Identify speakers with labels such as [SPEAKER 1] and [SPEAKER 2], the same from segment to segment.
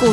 [SPEAKER 1] 股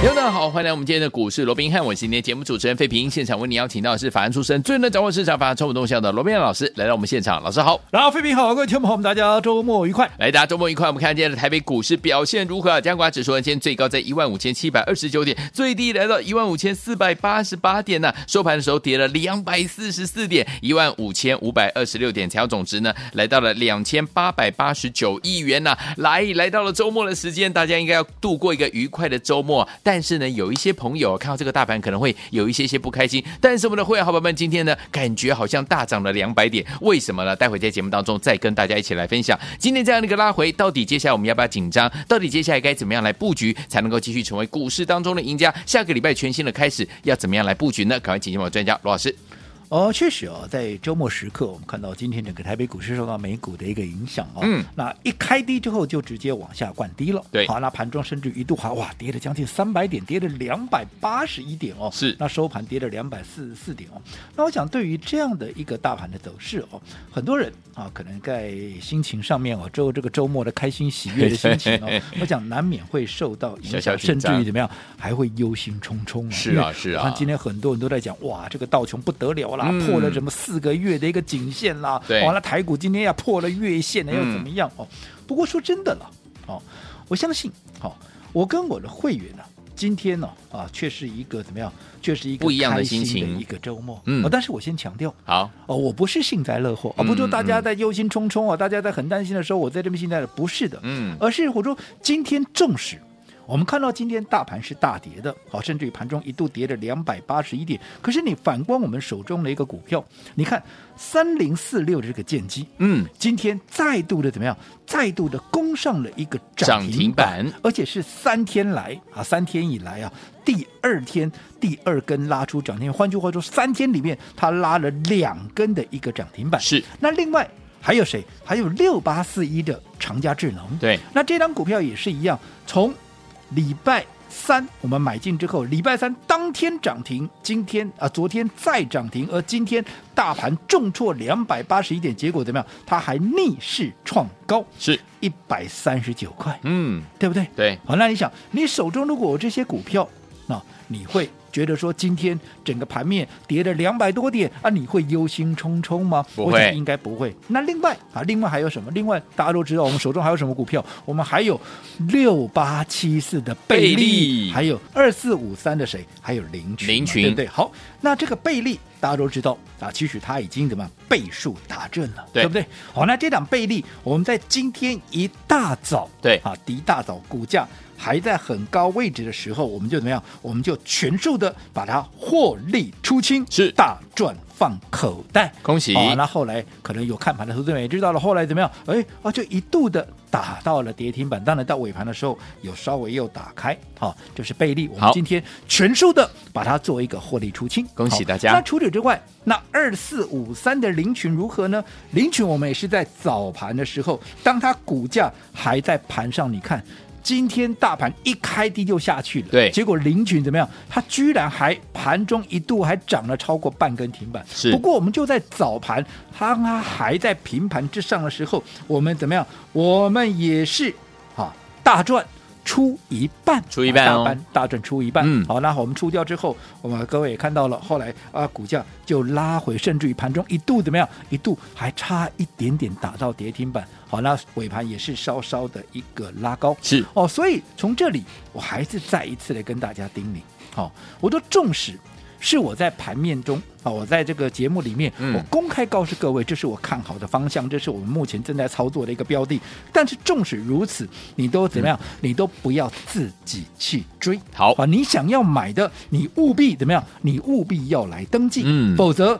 [SPEAKER 2] 听众大家好，欢迎来我们今天的股市罗宾汉，我是今天节目主持人费平。现场为你邀请到的是法案出身、最能掌握市场法案冲动动向的罗宾汉老师，来到我们现场。老师好，
[SPEAKER 3] 然后，飞平好，各位听众朋友们，大家周末愉快。
[SPEAKER 2] 来，大家周末愉快。我们看今天的台北股市表现如何啊？加权指数呢，今天最高在15,729点，最低来到15,488点呢、收盘的时候跌了244点，15,526点，成交总值呢来到了2,889亿元呐、来，来到了周末的时间，大家应该要度过一个愉快的周末。但是呢，有一些朋友看到这个大盘可能会有一些些不开心，但是我们的会员好朋友们今天呢，感觉好像大涨了两百点，为什么呢？待会在节目当中再跟大家一起来分享。今天这样的一个拉回，到底接下来我们要不要紧张？到底接下来该怎么样来布局，才能够继续成为股市当中的赢家？下个礼拜全新的开始，要怎么样来布局呢？赶快请进我们的专家罗老师。
[SPEAKER 3] 哦，确实哦，在周末时刻，我们看到今天整个台北股市受到美股的一个影响哦。
[SPEAKER 2] 嗯
[SPEAKER 3] 那一开低之后就直接往下灌低了。
[SPEAKER 2] 对
[SPEAKER 3] 好，那盘中甚至一度还哇跌了将近三百点，跌了两百八十一点哦。
[SPEAKER 2] 是
[SPEAKER 3] 那收盘跌了两百四十四点哦。那我想，对于这样的一个大盘的走势哦，很多人啊，可能在心情上面哦，周这个周末的开心喜悦的心情哦，我想难免会受到影响，
[SPEAKER 2] 小小紧
[SPEAKER 3] 甚至
[SPEAKER 2] 张
[SPEAKER 3] 于怎么样，还会忧心忡忡啊。
[SPEAKER 2] 是啊
[SPEAKER 3] 因为
[SPEAKER 2] 是
[SPEAKER 3] 我
[SPEAKER 2] 啊
[SPEAKER 3] 看今天很多人都在讲，哇，这个道琼不得了
[SPEAKER 2] 嗯
[SPEAKER 3] 啦，破了什么四个月的一个颈线啦，
[SPEAKER 2] 对嗯
[SPEAKER 3] 完了、那台股今天要破了月线了，又怎么样、哦？不过说真的了，哦，我相信，哦，我跟我的会员呢、今天呢、啊，却是一个怎么样？却是一个
[SPEAKER 2] 不一样的
[SPEAKER 3] 开心
[SPEAKER 2] 心情
[SPEAKER 3] 一个周末。
[SPEAKER 2] 嗯
[SPEAKER 3] 哦，但是我先强调，
[SPEAKER 2] 好，
[SPEAKER 3] 哦，我不是幸灾乐祸，哦，不
[SPEAKER 2] 嗯
[SPEAKER 3] 就大家在忧心忡忡哦，大家在很担心的时候，我在这边幸灾乐，不是的，
[SPEAKER 2] 嗯
[SPEAKER 3] 而是我说今天重视。我们看到今天大盘是大跌的，好，甚至于盘中一度跌了两百八十一点。可是你反观我们手中的一个股票，你看三零四六的这个剑机，
[SPEAKER 2] 嗯，
[SPEAKER 3] 今天再度的怎么样？再度的攻上了一个涨
[SPEAKER 2] 涨停
[SPEAKER 3] 停板，
[SPEAKER 2] 板，
[SPEAKER 3] 而且是三天来啊，三天以来啊，第二天第二根拉出涨停。换句话说，三天里面它拉了两根的一个涨停板。
[SPEAKER 2] 是
[SPEAKER 3] 那另外还有谁？还有六八四一的长嘉智能。
[SPEAKER 2] 对，
[SPEAKER 3] 那这张股票也是一样，从礼拜三我们买进之后，礼拜三当天涨停，今天啊、昨天再涨停，而今天大盘重挫两百八十一点，结果怎么样？它还逆势创高，
[SPEAKER 2] 是，
[SPEAKER 3] 一百三十九块，
[SPEAKER 2] 嗯，
[SPEAKER 3] 对不对？
[SPEAKER 2] 对，
[SPEAKER 3] 好，那你想，你手中如果有这些股票，那、你会觉得说今天整个盘面跌了两百多点啊，你会忧心忡忡吗？
[SPEAKER 2] 不
[SPEAKER 3] 我想
[SPEAKER 2] 会
[SPEAKER 3] 应该不会。那另外啊，另外还有什么？另外大家都知道，我们手中还有什么股票？我们还有六八七四的贝
[SPEAKER 2] 贝利
[SPEAKER 3] 利，还有二四五三的谁？还有林群嘛，
[SPEAKER 2] 林群
[SPEAKER 3] 对不对？好，那这个贝利大家都知道啊，其实它已经怎么样倍数达阵了，
[SPEAKER 2] 对
[SPEAKER 3] 不对？好，那这档贝利，我们在今天一大早
[SPEAKER 2] 对
[SPEAKER 3] 啊，第一大早股价还在很高位置的时候，我们就怎么样？我们就全数的把它获利出清，
[SPEAKER 2] 是
[SPEAKER 3] 大赚放口袋。
[SPEAKER 2] 恭喜
[SPEAKER 3] 好、那后来可能有看盘的投资者也知道了，后来怎么样？哎啊，就一度的打到了跌停板，当然到尾盘的时候有稍微又打开。好、这是贝利，我们
[SPEAKER 2] 好
[SPEAKER 3] 今天全数的把它做一个获利出清，
[SPEAKER 2] 恭喜
[SPEAKER 3] 好
[SPEAKER 2] 大家
[SPEAKER 3] 那除此之外，那二四五三的林群如何呢？林群我们也是在早盘的时候，当它股价还在盘上，你看。今天大盘一开低就下去了，
[SPEAKER 2] 对
[SPEAKER 3] 结果林群怎么样？它居然还盘中一度还涨了超过半根停板。
[SPEAKER 2] 是
[SPEAKER 3] 不过我们就在早盘，它它还在平盘之上的时候，我们怎么样？我们也是啊大赚出一半，
[SPEAKER 2] 出一半哦
[SPEAKER 3] 大半大赚出一半。
[SPEAKER 2] 嗯
[SPEAKER 3] 好，那好我们出掉之后，我们各位也看到了，后来啊股价就拉回，甚至于盘中一度怎么样？一度还差一点点打到跌停板。好，那尾盘也是稍稍的一个拉高。
[SPEAKER 2] 是
[SPEAKER 3] 哦，所以从这里我还是再一次的跟大家叮咛，好、我说重视。是我在盘面中啊、我在这个节目里面，
[SPEAKER 2] 嗯
[SPEAKER 3] 我公开告诉各位，这是我看好的方向，这是我们目前正在操作的一个标的。但是纵使如此，你都怎么
[SPEAKER 2] 嗯
[SPEAKER 3] 样？你都不要自己去追。
[SPEAKER 2] 好
[SPEAKER 3] 啊，你想要买的，你务必怎么样？你务必要来登记，
[SPEAKER 2] 嗯
[SPEAKER 3] 否则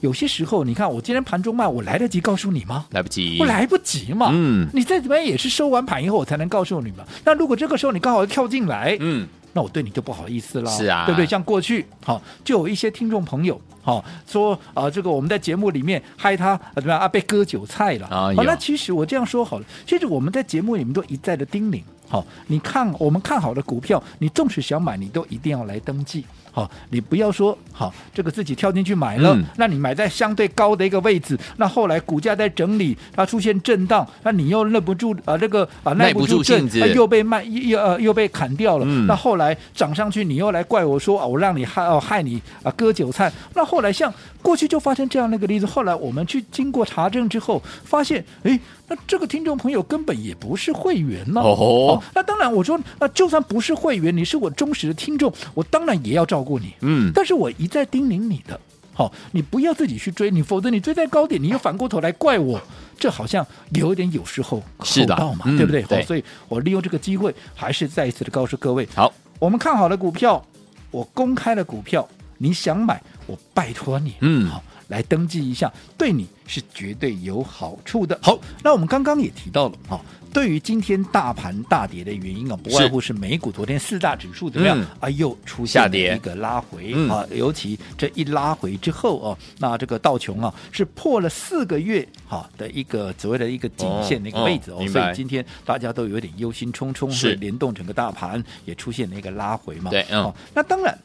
[SPEAKER 3] 有些时候，你看我今天盘中卖，我来得及告诉你吗？
[SPEAKER 2] 来不及，
[SPEAKER 3] 不来不及嘛。
[SPEAKER 2] 嗯
[SPEAKER 3] 你再怎么样也是收完盘以后我才能告诉你嘛。那如果这个时候你刚好跳进来，
[SPEAKER 2] 嗯，
[SPEAKER 3] 那我对你就不好意思啦，
[SPEAKER 2] 是啊
[SPEAKER 3] 对不对？像过去好、就有一些听众朋友好、说啊、这个我们在节目里面害他、啊、怎么样啊被割韭菜了，
[SPEAKER 2] 啊
[SPEAKER 3] 好
[SPEAKER 2] 有
[SPEAKER 3] 那其实我这样说好了，其实我们在节目里面都一再的叮咛。好，你看我们看好的股票，你纵使想买，你都一定要来登记。好，你不要说好这个自己跳进去买了，
[SPEAKER 2] 嗯
[SPEAKER 3] 那你买在相对高的一个位置，那后来股价在整理，它出现震荡，那你又耐不住啊、这个啊、
[SPEAKER 2] 耐不住
[SPEAKER 3] 阵
[SPEAKER 2] 性子
[SPEAKER 3] 啊又被卖又又呃又被砍掉了。
[SPEAKER 2] 嗯
[SPEAKER 3] 那后来涨上去，你又来怪我说啊，我让你害哦害你啊割韭菜。那后来像过去就发生这样的一个例子，后来我们去经过查证之后，发现诶，那这个听众朋友根本也不是会员呢、
[SPEAKER 2] 哦吼
[SPEAKER 3] 那当然，我说那就算不是会员，你是我忠实的听众，我当然也要照顾你。
[SPEAKER 2] 嗯，
[SPEAKER 3] 但是我一再叮咛你的，好、你不要自己去追，你否则你追在高点，你又反过头来怪我，这好像有一点有时候
[SPEAKER 2] 是的
[SPEAKER 3] 厚道嘛，
[SPEAKER 2] 嗯
[SPEAKER 3] 对不对？好
[SPEAKER 2] 对
[SPEAKER 3] 所以我利用这个机会，还是再一次的告诉各位，
[SPEAKER 2] 好，
[SPEAKER 3] 我们看好的股票，我公开的股票，你想买，我拜托你，
[SPEAKER 2] 嗯
[SPEAKER 3] 好、来登记一下，对你是绝对有好处的。好，那我们刚刚也提到了，好、哦对于今天大盘大跌的原因啊，不外
[SPEAKER 2] 是
[SPEAKER 3] 乎是美股昨天四大指数怎么样、
[SPEAKER 2] 嗯
[SPEAKER 3] 啊，又出
[SPEAKER 2] 下
[SPEAKER 3] 现了
[SPEAKER 2] 跌
[SPEAKER 3] 一个拉回、
[SPEAKER 2] 嗯
[SPEAKER 3] 啊，尤其这一拉回之后哦、那这个道琼啊是破了四个月哈、的一个所谓的一个颈线的一个位置
[SPEAKER 2] 哦
[SPEAKER 3] 哦，
[SPEAKER 2] 哦明
[SPEAKER 3] 所以
[SPEAKER 2] 白
[SPEAKER 3] 今天大家都有点忧心忡忡，
[SPEAKER 2] 是
[SPEAKER 3] 会联动整个大盘也出现了一个拉回嘛。
[SPEAKER 2] 对嗯
[SPEAKER 3] 哦，那当然。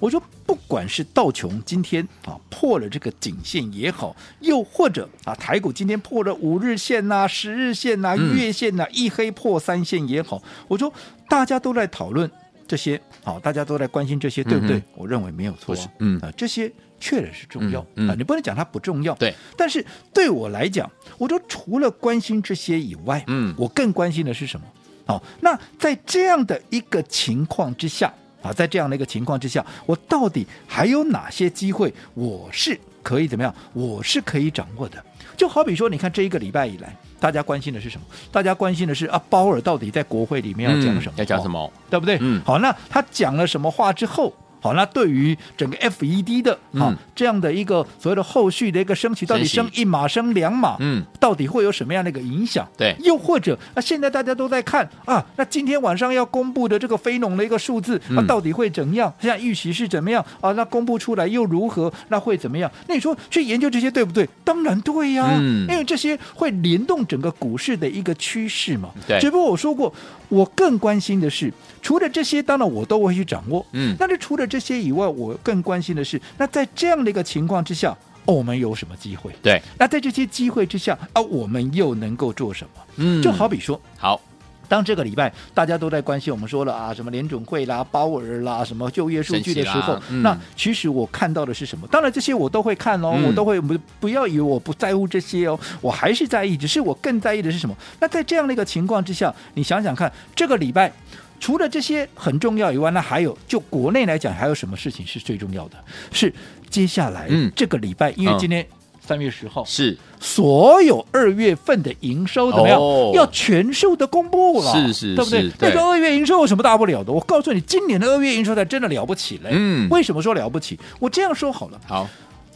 [SPEAKER 3] 我说，不管是道琼今天啊破了这个颈线也好，又或者啊台股今天破了五日线呐、十日线呐、
[SPEAKER 2] 嗯
[SPEAKER 3] 月线呐、一黑破三线也好，我说大家都在讨论这些，好，大家都在关心这些，对不对？
[SPEAKER 2] 嗯
[SPEAKER 3] 我认为没有
[SPEAKER 2] 不
[SPEAKER 3] 错、啊
[SPEAKER 2] 是，嗯
[SPEAKER 3] 啊，这些确实是重要、
[SPEAKER 2] 嗯嗯
[SPEAKER 3] 啊，你不能讲它不重要，
[SPEAKER 2] 对。
[SPEAKER 3] 但是对我来讲，我说除了关心这些以外，
[SPEAKER 2] 嗯
[SPEAKER 3] 我更关心的是什么？好，那在这样的一个情况之下啊，在这样的一个情况之下，我到底还有哪些机会我是可以怎么样？我是可以掌握的。就好比说，你看这一个礼拜以来，大家关心的是什么？大家关心的是啊，鲍尔到底在国会里面要讲什么？
[SPEAKER 2] 嗯要讲什？么？
[SPEAKER 3] 对不对？
[SPEAKER 2] 嗯
[SPEAKER 3] 好，那他讲了什么话之后？好，那对于整个 FED 的好、
[SPEAKER 2] 嗯
[SPEAKER 3] 这样的一个所谓的后续的一个升息，到底
[SPEAKER 2] 升
[SPEAKER 3] 升
[SPEAKER 2] 息
[SPEAKER 3] 一码升两码，
[SPEAKER 2] 嗯，
[SPEAKER 3] 到底会有什么样的一个影响？
[SPEAKER 2] 对
[SPEAKER 3] 又或者那、现在大家都在看啊，那今天晚上要公布的这个非农的一个数字，那、
[SPEAKER 2] 嗯
[SPEAKER 3] 到底会怎样？现在预期是怎么样啊？那公布出来又如何？那会怎么样？那你说去研究这些对不对？当然对呀、
[SPEAKER 2] 嗯
[SPEAKER 3] 因为这些会联动整个股市的一个趋势嘛。
[SPEAKER 2] 对
[SPEAKER 3] 只不过我说过，我更关心的是，除了这些，当然我都会去掌握。
[SPEAKER 2] 嗯
[SPEAKER 3] 但是除了这些以外，我更关心的是，那在这样的一个情况之下，哦我们有什么机会？
[SPEAKER 2] 对，
[SPEAKER 3] 那在这些机会之下啊，我们又能够做什么？
[SPEAKER 2] 嗯
[SPEAKER 3] 就好比说，
[SPEAKER 2] 好，
[SPEAKER 3] 当这个礼拜大家都在关心我们说了啊，什么联准会啦、鲍尔啦、什么就业数据的时
[SPEAKER 2] 升息
[SPEAKER 3] 候
[SPEAKER 2] 啦，嗯
[SPEAKER 3] 那其实我看到的是什么？当然这些我都会看哦，
[SPEAKER 2] 嗯
[SPEAKER 3] 我都会不不要以为我不在乎这些哦，我还是在意，只是我更在意的是什么？那在这样的一个情况之下，你想想看，这个礼拜。除了这些很重要以外，那还有就国内来讲，还有什么事情是最重要的？是接下来、
[SPEAKER 2] 嗯
[SPEAKER 3] 这个礼拜，因为
[SPEAKER 2] 嗯
[SPEAKER 3] 今天三月十号、
[SPEAKER 2] 是
[SPEAKER 3] 所有二月份的营收怎么样？
[SPEAKER 2] 哦
[SPEAKER 3] 要全数的公布了，
[SPEAKER 2] 是是
[SPEAKER 3] 对不
[SPEAKER 2] 是
[SPEAKER 3] 对？
[SPEAKER 2] 对
[SPEAKER 3] 那个二月营收有什么大不了的？我告诉你，今年的二月营收才真的了不起嘞。
[SPEAKER 2] 嗯
[SPEAKER 3] 为什么说了不起？我这样说好了，
[SPEAKER 2] 好，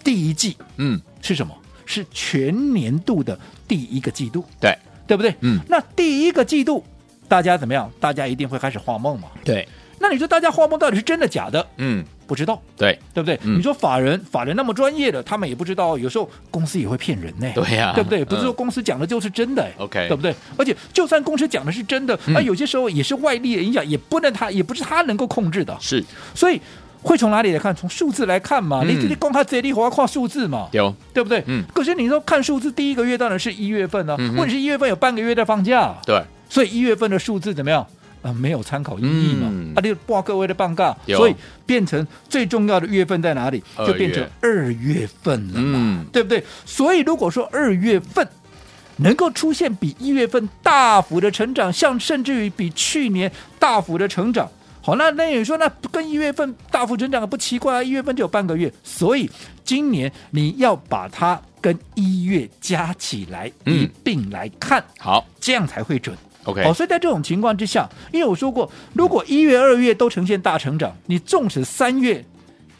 [SPEAKER 3] 第一季
[SPEAKER 2] 嗯，
[SPEAKER 3] 是什么？是全年度的第一个季度，
[SPEAKER 2] 对，
[SPEAKER 3] 对不对？
[SPEAKER 2] 嗯
[SPEAKER 3] 那第一个季度大家怎么样？大家一定会开始画梦嘛？
[SPEAKER 2] 对，
[SPEAKER 3] 那你说大家画梦到底是真的假的？
[SPEAKER 2] 嗯，
[SPEAKER 3] 不知道。
[SPEAKER 2] 对，
[SPEAKER 3] 对不对？
[SPEAKER 2] 嗯
[SPEAKER 3] 你说法人，法人那么专业的，他们也不知道，有时候公司也会骗人呢、
[SPEAKER 2] 对呀
[SPEAKER 3] 对不对？不是说
[SPEAKER 2] 嗯
[SPEAKER 3] 公司讲的就是真的、哎
[SPEAKER 2] OK
[SPEAKER 3] 对不对？而且就算公司讲的是真的，
[SPEAKER 2] 嗯
[SPEAKER 3] 啊，有些时候也是外力的影响，也不能他，也不是他能够控制的，
[SPEAKER 2] 是
[SPEAKER 3] 所以。会从哪里来看？从数字来看嘛，
[SPEAKER 2] 嗯
[SPEAKER 3] 你自己光看这里，我要看数字嘛，
[SPEAKER 2] 有，
[SPEAKER 3] 对不对？
[SPEAKER 2] 嗯
[SPEAKER 3] 可是你说看数字，第一个月当然是一月份呢、啊，
[SPEAKER 2] 嗯哼
[SPEAKER 3] 或者是一月份有半个月在放假、
[SPEAKER 2] 对，
[SPEAKER 3] 所以一月份的数字怎么样？啊，没有参考意义嘛，
[SPEAKER 2] 嗯
[SPEAKER 3] 啊，就挂各位的半尬，
[SPEAKER 2] 有
[SPEAKER 3] 所以变成最重要的月份在哪里？
[SPEAKER 2] 二
[SPEAKER 3] 就变成二月份了嘛，
[SPEAKER 2] 嗯
[SPEAKER 3] 对不对？所以如果说二月份能够出现比一月份大幅的成长，像甚至于比去年大幅的成长。好，那那你说，那跟一月份大幅成长不奇怪啊？一月份只有半个月，所以今年你要把它跟一月加起来、
[SPEAKER 2] 嗯
[SPEAKER 3] 一并来看，
[SPEAKER 2] 好
[SPEAKER 3] 这样才会准。
[SPEAKER 2] ，OK，
[SPEAKER 3] 哦好，所以在这种情况之下，因为我说过，如果一月、二月都呈现大成长，你纵使三月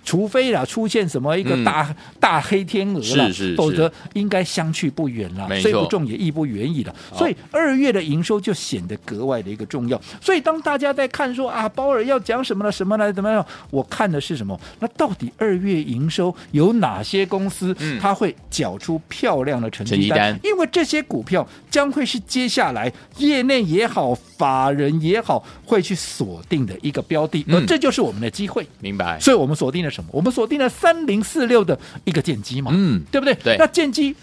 [SPEAKER 3] 除非啦出现什么一个
[SPEAKER 2] 嗯
[SPEAKER 3] 大、大黑天鹅了，
[SPEAKER 2] 是是
[SPEAKER 3] 否
[SPEAKER 2] 是
[SPEAKER 3] 则应该相去不远了
[SPEAKER 2] 没，错
[SPEAKER 3] 虽不中也亦不远矣了。所以二月的营收就显得格外的一个重要。所以当大家在看说啊，鲍尔要讲什么了，什么了，怎么样？我看的是什么？那到底二月营收有哪些公司
[SPEAKER 2] 嗯
[SPEAKER 3] 它会缴出漂亮的成
[SPEAKER 2] 成绩
[SPEAKER 3] 绩
[SPEAKER 2] 单
[SPEAKER 3] 单？因为这些股票将会是接下来业内也好、法人也好会去锁定的一个标的，
[SPEAKER 2] 嗯
[SPEAKER 3] 而这就是我们的机会。
[SPEAKER 2] 明白，
[SPEAKER 3] 所以我们锁定了什么？我们锁定了三零四六的一个剑机嘛，
[SPEAKER 2] 嗯
[SPEAKER 3] 对不对？
[SPEAKER 2] 对
[SPEAKER 3] 那剑机。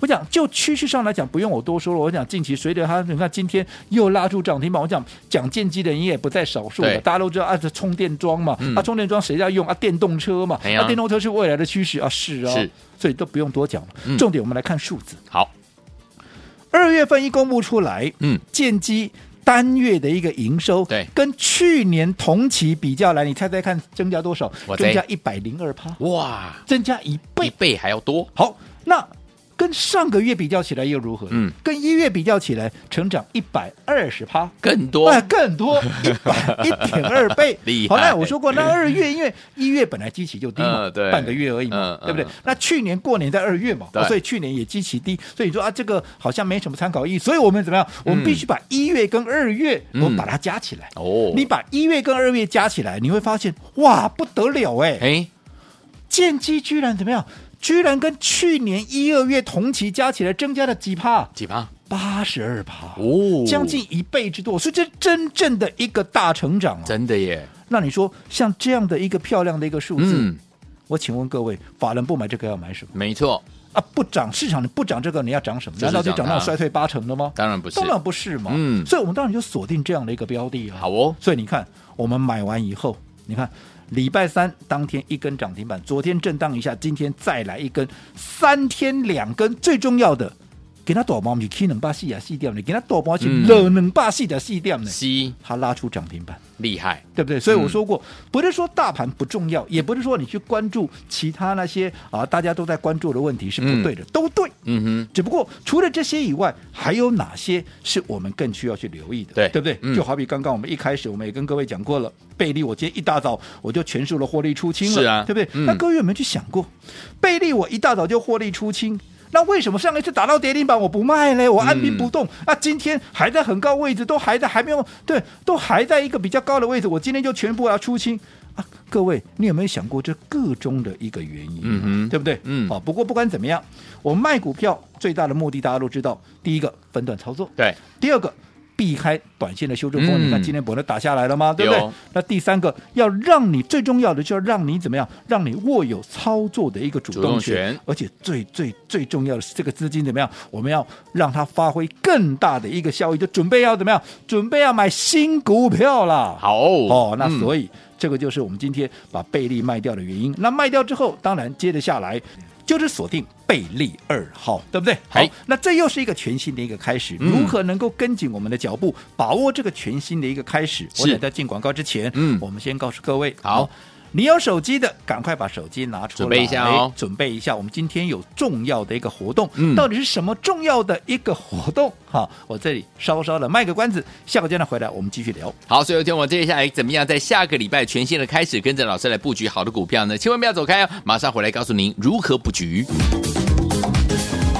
[SPEAKER 3] 我讲，就趋势上来讲，不用我多说了。我讲，近期随着它，你看今天又拉住涨停板。我讲，讲剑机的人也不在少数
[SPEAKER 2] 对
[SPEAKER 3] 了。大家都知道啊，这充电桩嘛，
[SPEAKER 2] 嗯
[SPEAKER 3] 啊，充电桩谁在用啊？电动车嘛，
[SPEAKER 2] 哎呀
[SPEAKER 3] 啊，电动车是未来的趋势啊，是啊，
[SPEAKER 2] 是
[SPEAKER 3] 所以都不用多讲了。
[SPEAKER 2] 嗯
[SPEAKER 3] 重点我们来看数字，
[SPEAKER 2] 好，
[SPEAKER 3] 二月份一公布出来，
[SPEAKER 2] 嗯，
[SPEAKER 3] 建机单月的一个营收，
[SPEAKER 2] 对
[SPEAKER 3] 跟去年同期比较来，你猜猜看增加多少
[SPEAKER 2] 我？猜
[SPEAKER 3] 增加一百零二趴，
[SPEAKER 2] 哇，
[SPEAKER 3] 增加一
[SPEAKER 2] 一
[SPEAKER 3] 倍。
[SPEAKER 2] 倍还要多，
[SPEAKER 3] 好，那跟上个月比较起来又如何？
[SPEAKER 2] 嗯，
[SPEAKER 3] 跟一月比较起来，成长一百二十趴。
[SPEAKER 2] 更多
[SPEAKER 3] 哎，更 多一百一点二倍，
[SPEAKER 2] 厉
[SPEAKER 3] 好，
[SPEAKER 2] 害
[SPEAKER 3] 那我说过，那二月因为一月本来基期就低嘛，
[SPEAKER 2] 嗯对
[SPEAKER 3] 半个月而已嘛，
[SPEAKER 2] 嗯
[SPEAKER 3] 对不对
[SPEAKER 2] 嗯？
[SPEAKER 3] 那去年过年在二月嘛、
[SPEAKER 2] 对
[SPEAKER 3] 哦所以去年也基期低，所以你说啊，这个好像没什么参考意义，所以我们怎么样？我们必须把一月跟二月，
[SPEAKER 2] 嗯
[SPEAKER 3] 我们把它加起来。
[SPEAKER 2] 哦
[SPEAKER 3] 你把一月跟二月加起来，你会发现哇，不得了哎、
[SPEAKER 2] 哎，
[SPEAKER 3] 建机居然怎么样？居然跟去年一二月同期加起来增加了几趴？
[SPEAKER 2] 几趴？
[SPEAKER 3] 八十二趴
[SPEAKER 2] 哦
[SPEAKER 3] 将近一倍之多，所以这真正的一个大成长啊！
[SPEAKER 2] 真的耶，
[SPEAKER 3] 那你说像这样的一个漂亮的一个数字，
[SPEAKER 2] 嗯，
[SPEAKER 3] 我请问各位，法人不买这个要买什么
[SPEAKER 2] 没错，
[SPEAKER 3] 啊？不涨市场，你不涨这个，你要涨什么？
[SPEAKER 2] 就是
[SPEAKER 3] 难道就
[SPEAKER 2] 涨
[SPEAKER 3] 涨到
[SPEAKER 2] 它
[SPEAKER 3] 衰退八成了吗？
[SPEAKER 2] 当然不是，
[SPEAKER 3] 当然不是嘛。
[SPEAKER 2] 嗯
[SPEAKER 3] 所以我们当然就锁定这样的一个标的啊。
[SPEAKER 2] 好哦，
[SPEAKER 3] 所以你看，我们买完以后，你看礼拜三当天一根涨停板，昨天震荡一下，今天再来一根，三天两根，最重要的。给他多包，你去能把细啊细掉呢？给他多包去
[SPEAKER 2] 嗯
[SPEAKER 3] 热能把细的细掉呢？
[SPEAKER 2] 西
[SPEAKER 3] 它拉出涨停板，
[SPEAKER 2] 厉害，
[SPEAKER 3] 对不对？所以
[SPEAKER 2] 嗯
[SPEAKER 3] 我说过，不是说大盘不重要，也不是说你去关注其他那些啊大家都在关注的问题是不对的，都对。
[SPEAKER 2] 嗯
[SPEAKER 3] 只不过除了这些以外，还有哪些是我们更需要去留意的？
[SPEAKER 2] 对
[SPEAKER 3] 对不对？
[SPEAKER 2] 嗯
[SPEAKER 3] 就好比刚刚我们一开始，我们也跟各位讲过了，贝利，我今天一大早我就全数的获利出清了，
[SPEAKER 2] 是啊
[SPEAKER 3] 对不对？
[SPEAKER 2] 嗯
[SPEAKER 3] 那各位有没有去想过，贝利我一大早就获利出清？那为什么上一次打到跌停板我不卖嘞？我按兵不
[SPEAKER 2] 嗯
[SPEAKER 3] 动、啊！今天还在很高位置，都还在还没有对，都还在一个比较高的位置，我今天就全部要出清啊！各位，你有没有想过这个中的一个原因？啊
[SPEAKER 2] 嗯哼
[SPEAKER 3] 对不哦对？
[SPEAKER 2] 嗯
[SPEAKER 3] 好、啊不过不管怎么样，我卖股票最大的目的大家都知道，第一个分段操作
[SPEAKER 2] 哼，，对，
[SPEAKER 3] 第二个避开短线的修正
[SPEAKER 2] 嗯
[SPEAKER 3] 风险。你看今天博能打下来了吗？对不
[SPEAKER 2] 有
[SPEAKER 3] 对？那第三个要让你最重要的就是要让你怎么样，让你握有操作的一个主
[SPEAKER 2] 主动
[SPEAKER 3] 动权，
[SPEAKER 2] 权
[SPEAKER 3] 而且最最最重要的是这个资金怎么样，我们要让它发挥更大的一个效益，就准备要怎么样，准备要买新股票啦。
[SPEAKER 2] 好嗯
[SPEAKER 3] 哦，那所
[SPEAKER 2] 以
[SPEAKER 3] 以、这个就是我们今天把贝利卖掉的原因。那卖掉之后，当然接着下来就是锁定贝利二号，对不对？好
[SPEAKER 2] 哎，
[SPEAKER 3] 那这又是一个全新的一个开始，
[SPEAKER 2] 嗯
[SPEAKER 3] 如何能够跟紧我们的脚步，把握这个全新的一个开始？
[SPEAKER 2] 是
[SPEAKER 3] 我想在进广告之前，
[SPEAKER 2] 嗯
[SPEAKER 3] 我们先告诉各位，
[SPEAKER 2] 好
[SPEAKER 3] 你有手机的，赶快把手机拿
[SPEAKER 2] 准
[SPEAKER 3] 出来，哎
[SPEAKER 2] 备一下哦
[SPEAKER 3] 准备一下。我们今天有重要的一个活动，
[SPEAKER 2] 嗯
[SPEAKER 3] 到底是什么重要的一个活动？哈，我这里稍稍的卖个关子，下个阶段回来我们继续聊。
[SPEAKER 2] 好，所以有听我接下来怎么样，在下个礼拜全新的开始，跟着老师来布局好的股票呢？千万不要走开哦，马上回来告诉您如何布局。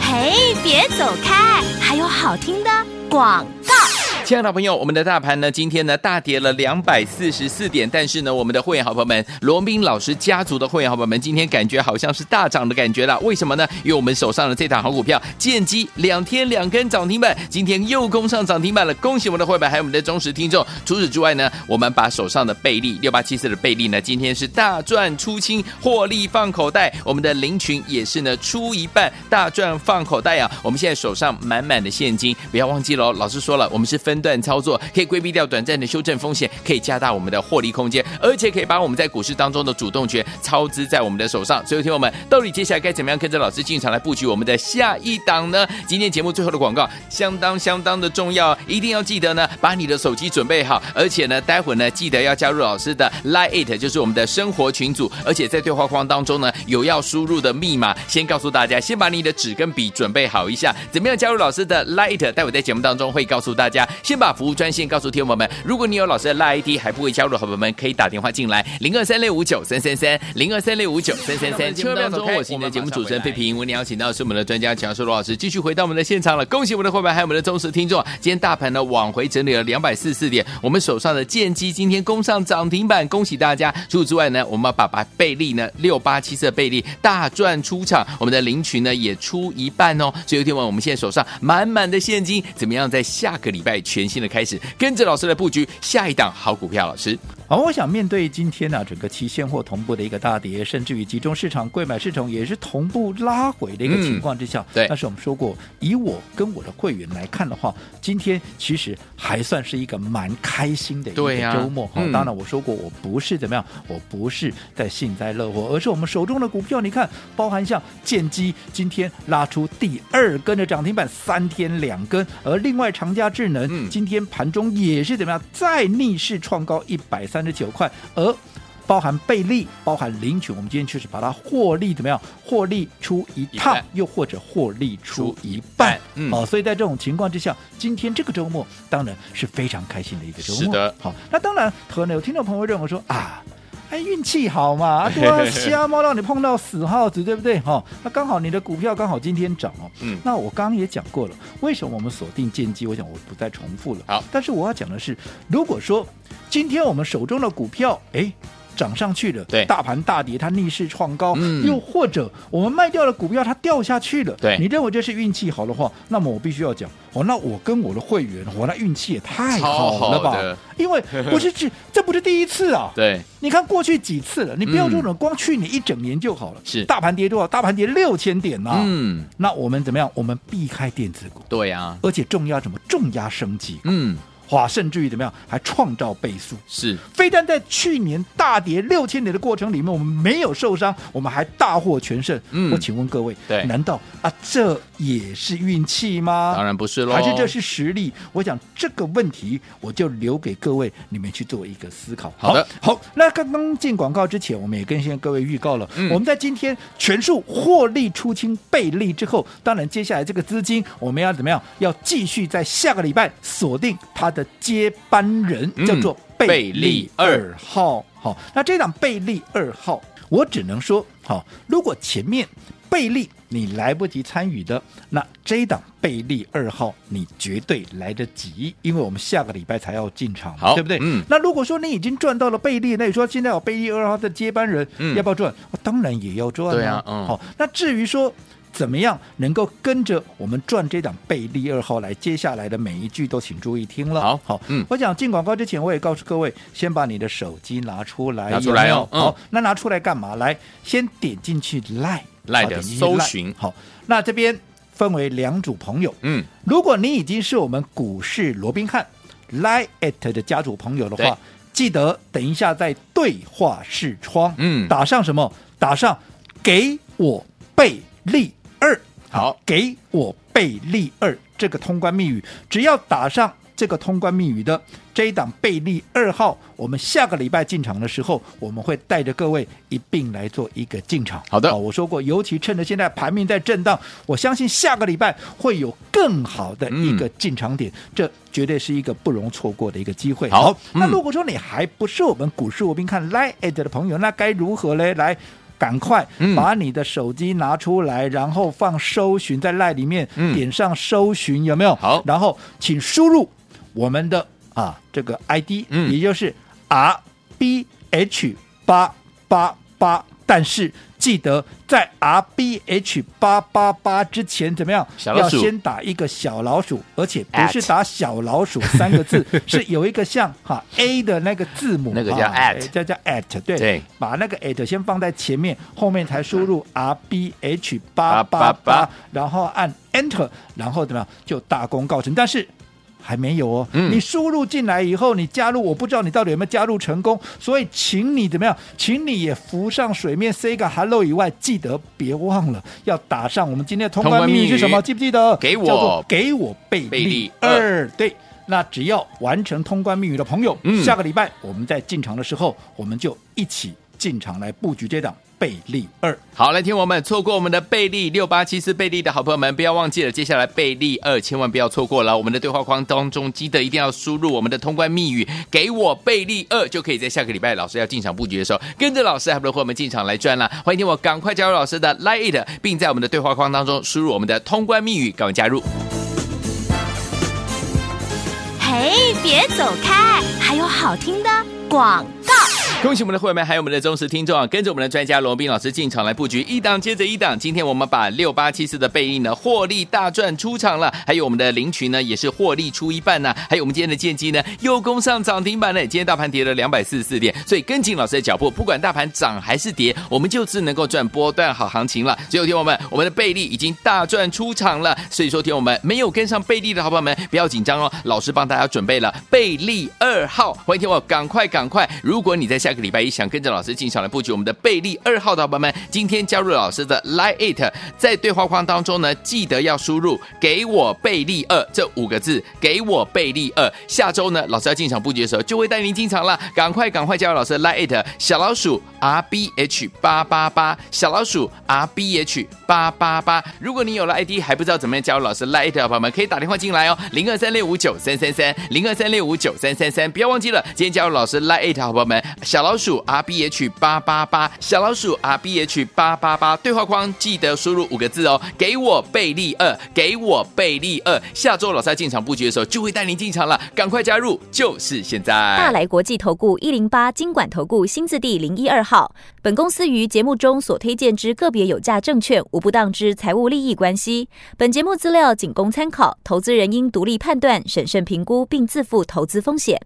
[SPEAKER 1] 嘿，别走开，还有好听的广告。
[SPEAKER 2] 亲爱的朋友，我们的大盘呢，今天呢大跌了两百四十四点，但是呢，我们的会员好朋友们，罗文斌老师家族的会员好朋友们，今天感觉好像是大涨的感觉了。为什么呢？因为我们手上的这档好股票建机两天两根涨停板，今天又攻上涨停板了，恭喜我们的会员还有我们的忠实听众。除此之外呢，我们把手上的贝利六八七四的贝利呢，今天是大赚出清，获利放口袋。我们的林群也是呢出一半大赚放口袋啊。我们现在手上满满的现金，不要忘记喽。老师说了，我们是分段操作，可以规避掉短暂的修正风险，可以加大我们的获利空间，而且可以把我们在股市当中的主动权操之在我们的手上。所以，听我们到底接下来该怎么样跟着老师进场来布局我们的下一档呢？今天节目最后的广告相当相当的重要，一定要记得呢，把你的手机准备好，而且呢，待会呢记得要加入老师的 Line It，就是我们的生活群组，而且在对话框当中呢有要输入的密码，先告诉大家，先把你的纸跟笔准备好一下，怎么样加入老师的 Line It？待会在节目当中会告诉大家。先把服务专线告诉听友们，如果你有老师的拉 ID 还不会加入的好朋友们，可以打电话进来零二三六五九三三三零二三六五九三三三，千万不要走开。我是你的节目主持人费平，我们邀请到是我们的专家乔硕罗老师，继续回到我们的现场了。恭喜我们的会员还有我们的忠实听众，今天大盘呢往回整理了两百四十四点，我们手上的剑机今天攻上涨停板，恭喜大家。除此之外呢，我们把把贝利呢六八七四的贝利大赚出场，我们的林群呢也出一半哦。所以有天王，我们现在手上满满的现金，怎么样在下个礼拜全新的开始，跟着老师的布局下一档好股票？老师，
[SPEAKER 3] 好，我想面对今天呢、啊整个期现货同步的一个大跌，甚至于集中市场、贵买市场也是同步拉回的一个情况之下，嗯
[SPEAKER 2] 对
[SPEAKER 3] 但是我们说过，以我跟我的会员来看的话，今天其实还算是一个蛮开心的一
[SPEAKER 2] 对
[SPEAKER 3] 个
[SPEAKER 2] 呀
[SPEAKER 3] 周末。好
[SPEAKER 2] 嗯
[SPEAKER 3] 当然我说过，我不是怎么样，我不是在幸灾乐祸，而是我们手中的股票，你看，包含像建机今天拉出第二根的涨停板，三天两根，而另外长佳智能、
[SPEAKER 2] 嗯
[SPEAKER 3] 今天盘中也是怎么样，再逆势创高一百三十九块，而。包含贝利，包含林群，我们今天确实把它获利怎么样？获利出一
[SPEAKER 2] 一
[SPEAKER 3] 趟
[SPEAKER 2] 半，
[SPEAKER 3] 又或者获利出
[SPEAKER 2] 出
[SPEAKER 3] 一
[SPEAKER 2] 一
[SPEAKER 3] 半
[SPEAKER 2] 半。嗯
[SPEAKER 3] 哦，所以在这种情况之下，今天这个周末当然是非常开心的一个周末。
[SPEAKER 2] 是的
[SPEAKER 3] 好，那当然，可能有听众朋友认为说啊。哎，运气好嘛，啊对啊，瞎猫让你碰到死耗子，对不对？哈、那刚好你的股票刚好今天涨哦。
[SPEAKER 2] 嗯
[SPEAKER 3] 那我刚刚也讲过了，为什么我们锁定建机？我想我不再重复了。
[SPEAKER 2] 好
[SPEAKER 3] 但是我要讲的是，如果说今天我们手中的股票，哎。涨上去了，
[SPEAKER 2] 对
[SPEAKER 3] 大盘大跌，它逆势创高，
[SPEAKER 2] 嗯
[SPEAKER 3] 又或者我们卖掉了股票，它掉下去了，
[SPEAKER 2] 对
[SPEAKER 3] 你认为这是运气好的话，那么我必须要讲，哦，那我跟我的会员，我那运气也太好了
[SPEAKER 2] 超好
[SPEAKER 3] 吧
[SPEAKER 2] 的？
[SPEAKER 3] 因为我是这 这不是第一次啊，
[SPEAKER 2] 对，
[SPEAKER 3] 你看过去几次了，你不要说呢，光去你一整年就好了。
[SPEAKER 2] 嗯是
[SPEAKER 3] 大盘跌多少？大盘跌六千点呐、
[SPEAKER 2] 嗯，
[SPEAKER 3] 那我们怎么样？我们避开电子股，
[SPEAKER 2] 对呀，
[SPEAKER 3] 而且重压什么？重压升级股，
[SPEAKER 2] 嗯，
[SPEAKER 3] 哇，甚至于怎么样？还创造倍数。
[SPEAKER 2] 是
[SPEAKER 3] 非但在去年大跌六千点的过程里面，我们没有受伤，我们还大获全胜。
[SPEAKER 2] 嗯
[SPEAKER 3] 我请问各位，
[SPEAKER 2] 对
[SPEAKER 3] 难道啊这也是运气吗？
[SPEAKER 2] 当然不是喽，
[SPEAKER 3] 还是这是实力？我想这个问题我就留给各位你们去做一个思考。
[SPEAKER 2] 好的
[SPEAKER 3] 好，好那刚刚进广告之前，我们也跟现在各位预告了，
[SPEAKER 2] 嗯
[SPEAKER 3] 我们在今天全数获利出清贝利之后，当然接下来这个资金我们要怎么样？要继续在下个礼拜锁定它的接班人，
[SPEAKER 2] 嗯
[SPEAKER 3] 叫做
[SPEAKER 2] 贝
[SPEAKER 3] 贝利
[SPEAKER 2] 利
[SPEAKER 3] 二号。好，那这档贝利二号，我只能说，好，如果前面贝利你来不及参与的，那这一档贝利二号你绝对来得及，因为我们下个礼拜才要进场嘛，
[SPEAKER 2] 好
[SPEAKER 3] 对不对？
[SPEAKER 2] 嗯
[SPEAKER 3] 那如果说你已经赚到了贝利，那你说现在有贝利二号的接班人，
[SPEAKER 2] 嗯
[SPEAKER 3] 要不要赚？我当然也要赚
[SPEAKER 2] 对啊嗯
[SPEAKER 3] 好，那至于说。怎么样能够跟着我们赚这档贝利二号来？接下来的每一句都请注意听了。
[SPEAKER 2] 好
[SPEAKER 3] 啊好，
[SPEAKER 2] 嗯
[SPEAKER 3] 我想进广告之前，我也告诉各位，先把你的手机拿出来，
[SPEAKER 2] 拿出来哦
[SPEAKER 3] 有没有
[SPEAKER 2] 嗯
[SPEAKER 3] 好，那拿出来干嘛？来，先点进去 Line
[SPEAKER 2] Line
[SPEAKER 3] 好
[SPEAKER 2] 的
[SPEAKER 3] 点进去
[SPEAKER 2] 搜
[SPEAKER 3] Line
[SPEAKER 2] 寻
[SPEAKER 3] 好，那这边分为两组朋友，
[SPEAKER 2] 嗯，
[SPEAKER 3] 如果你已经是我们股市罗宾汉 Line at 的家族朋友的
[SPEAKER 2] 对
[SPEAKER 3] 话，记得等一下在对话视窗，
[SPEAKER 2] 嗯
[SPEAKER 3] 打上什么？打上给我贝利二，
[SPEAKER 2] 好，
[SPEAKER 3] 给我贝利二这个通关密语，只要打上。这个通关密语的这一档贝利二号，我们下个礼拜进场的时候，我们会带着各位一并来做一个进场。
[SPEAKER 2] 好的
[SPEAKER 3] 哦我说过，尤其趁着现在盘面在震荡，我相信下个礼拜会有更好的一
[SPEAKER 2] 嗯
[SPEAKER 3] 个进场点，这绝对是一个不容错过的一个机会。
[SPEAKER 2] 好
[SPEAKER 3] 那
[SPEAKER 2] 嗯
[SPEAKER 3] 如果说你还不是我们股市我兵看 Line at 的朋友，那该如何嘞？来。赶快
[SPEAKER 2] 嗯
[SPEAKER 3] 把你的手机拿出来，然后放搜寻在 Line 里面、
[SPEAKER 2] 嗯
[SPEAKER 3] 点上搜寻，有没有？
[SPEAKER 2] 好
[SPEAKER 3] 然后请输入我们的啊这个 ID，、
[SPEAKER 2] 嗯
[SPEAKER 3] 也就是 R B H 八八八，但是记得在 R B H 八八八之前怎么样？
[SPEAKER 2] 小老
[SPEAKER 3] 要
[SPEAKER 2] 鼠
[SPEAKER 3] 先打一个小老鼠，而且不
[SPEAKER 2] At
[SPEAKER 3] 是打小老鼠三 个字，是有一个像哈 A 的那个字母，
[SPEAKER 2] 那个叫
[SPEAKER 3] 啊
[SPEAKER 2] at
[SPEAKER 3] 叫叫 at，对
[SPEAKER 2] 对
[SPEAKER 3] 把那个 at 先放在前面，后面才输入
[SPEAKER 2] 啊
[SPEAKER 3] R B H 八八八，然后按 Enter，然后怎么样就大功告成？但是。还没有哦，
[SPEAKER 2] 嗯
[SPEAKER 3] 你输入进来以后，你加入，我不知道你到底有没有加入成功，所以请你怎么样，请你也浮上水面 say 个 hello 以外，记得别忘了要打上我们今天的通
[SPEAKER 2] 通关
[SPEAKER 3] 关密
[SPEAKER 2] 密
[SPEAKER 3] 语是什么？
[SPEAKER 2] 语
[SPEAKER 3] 记不记得？
[SPEAKER 2] 给我
[SPEAKER 3] 叫做给我贝
[SPEAKER 2] 贝
[SPEAKER 3] 利
[SPEAKER 2] 利
[SPEAKER 3] 二，对。那只要完成通关密语的朋友，
[SPEAKER 2] 嗯
[SPEAKER 3] 下个礼拜我们在进场的时候，我们就一起进场来布局这档贝利二。
[SPEAKER 2] 好，来，听我们错过我们的贝利六八七四贝利的好朋友们，不要忘记了，接下来贝利二千万不要错过了。我们的对话框当中记得一定要输入我们的通关密语，给我贝利二，就可以在下个礼拜老师要进场布局的时候，跟着老师还不如和我们进场来赚啦。欢迎听我赶快加入老师的 Line It，并在我们的对话框当中输入我们的通关密语，赶快加入。
[SPEAKER 1] 嘿，别走开，还有好听的广告。
[SPEAKER 2] 恭喜我们的会员们，还有我们的忠实听众啊！跟着我们的专家罗斌老师进场来布局，一档接着一档。今天我们把六八七四的贝利呢获利大赚出场了，还有我们的林群呢也是获利出一半呢、还有我们今天的建机呢又攻上涨停板了。今天大盘跌了两百四十四点，所以跟紧老师的脚步，不管大盘涨还是跌，我们就是能够赚波段好行情了。所以，听我们，我们的贝利已经大赚出场了。所以说，听我们没有跟上贝利的好朋友们，不要紧张哦，老师帮大家准备了贝利二号，欢迎听我赶快赶快！如果你在下个礼拜一想跟着老师进场来布局我们的贝利二号的好朋友们，今天加入老师的 Line It，在对话框当中呢，记得要输入“给我贝利二”这五个字，“给我贝利二”。下周呢，老师要进场布局的时候，就会带您进场了，赶快赶快加入老师的 Line It 小老鼠 R B H 八八八，小老鼠 R B H 八八八。如果你有了 ID 还不知道怎么样加入老师 Line It 的朋友们，可以打电话进来哦，零二三六五九三三三，零二三六五九三三三。不要忘记了，今天加入老师 Line It 好朋友们，小老鼠 R B H 八八八，小老鼠 R B H 八八八，对话框记得输入五个字哦，给我贝利二，给我贝利二。下周老师要进场布局的时候，就会带您进场了，赶快加入，就是现在。
[SPEAKER 4] 大来国际投顾一零八金管投顾新字第零一二号。本公司于节目中所推荐之个别有价证券，无不当之财务利益关系。本节目资料仅供参考，投资人应独立判断、审慎评估，并自负投资风险。